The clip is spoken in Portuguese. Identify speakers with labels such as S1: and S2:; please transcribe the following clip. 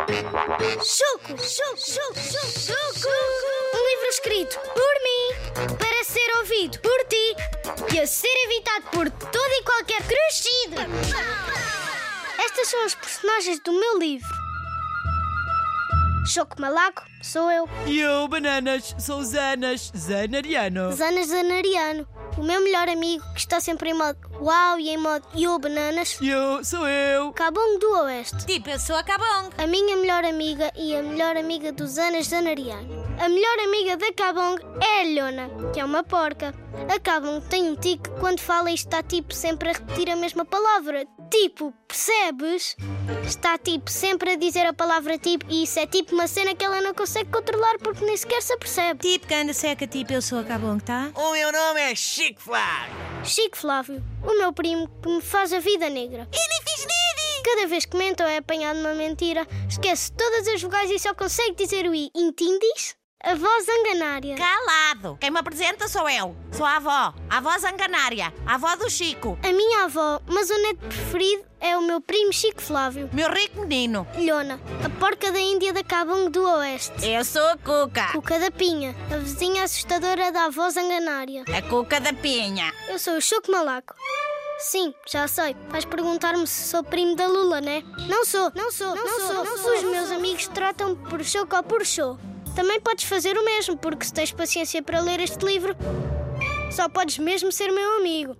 S1: Chuco, chuco, chuco, chuco, chuco. Um livro escrito por mim, para ser ouvido por ti e a ser evitado por todo e qualquer crescido. Estas são as personagens do meu livro. Choco Malaco, sou eu.
S2: E eu, Bananas, sou Zanas, Zanariano.
S1: Zanas Zanariano, o meu melhor amigo que está sempre em modo uau e em modo yo bananas.
S2: E eu, sou eu.
S1: Cabongo do Oeste.
S3: Tipo, eu sou a Cabong.
S1: A minha melhor amiga e a melhor amiga do Zanas Zanariano. A melhor amiga da Cabong é a Lhona, que é uma porca. A Cabong tem um tique quando fala e está tipo sempre a repetir a mesma palavra. Tipo, percebes? Está tipo sempre a dizer a palavra tipo e isso é tipo uma cena que ela não consegue controlar porque nem sequer se apercebe.
S3: Tipo, ganda seca, tipo, eu sou a Cabong, tá?
S4: O meu nome é Chico Flag.
S1: Chico Flávio, o meu primo que me faz a vida negra.
S4: E nem fiz nada.
S1: Cada vez que mento ou é apanhado numa mentira, esquece todas as vogais e só consegue dizer o i. Entendis? A voz anganária.
S3: Calado. Quem me apresenta sou eu. Sou a avó. A avó zanganária. A avó do Chico.
S1: A minha avó, mas o neto preferido é o meu primo Chico Flávio.
S3: Meu rico menino.
S1: Lhona, a porca da Índia da Cabongo do Oeste.
S3: Eu sou a Cuca.
S1: Cuca da Pinha, a vizinha assustadora da avó zanganária.
S3: A Cuca da Pinha.
S1: Eu sou o Choco Malaco. Sim, já sei. Vais perguntar-me se sou primo da Lula, né? Não sou, não sou, não, sou, não sou. Os meus amigos tratam-me por Choco ou por Show. Também podes fazer o mesmo, porque se tens paciência para ler este livro, só podes mesmo ser meu amigo.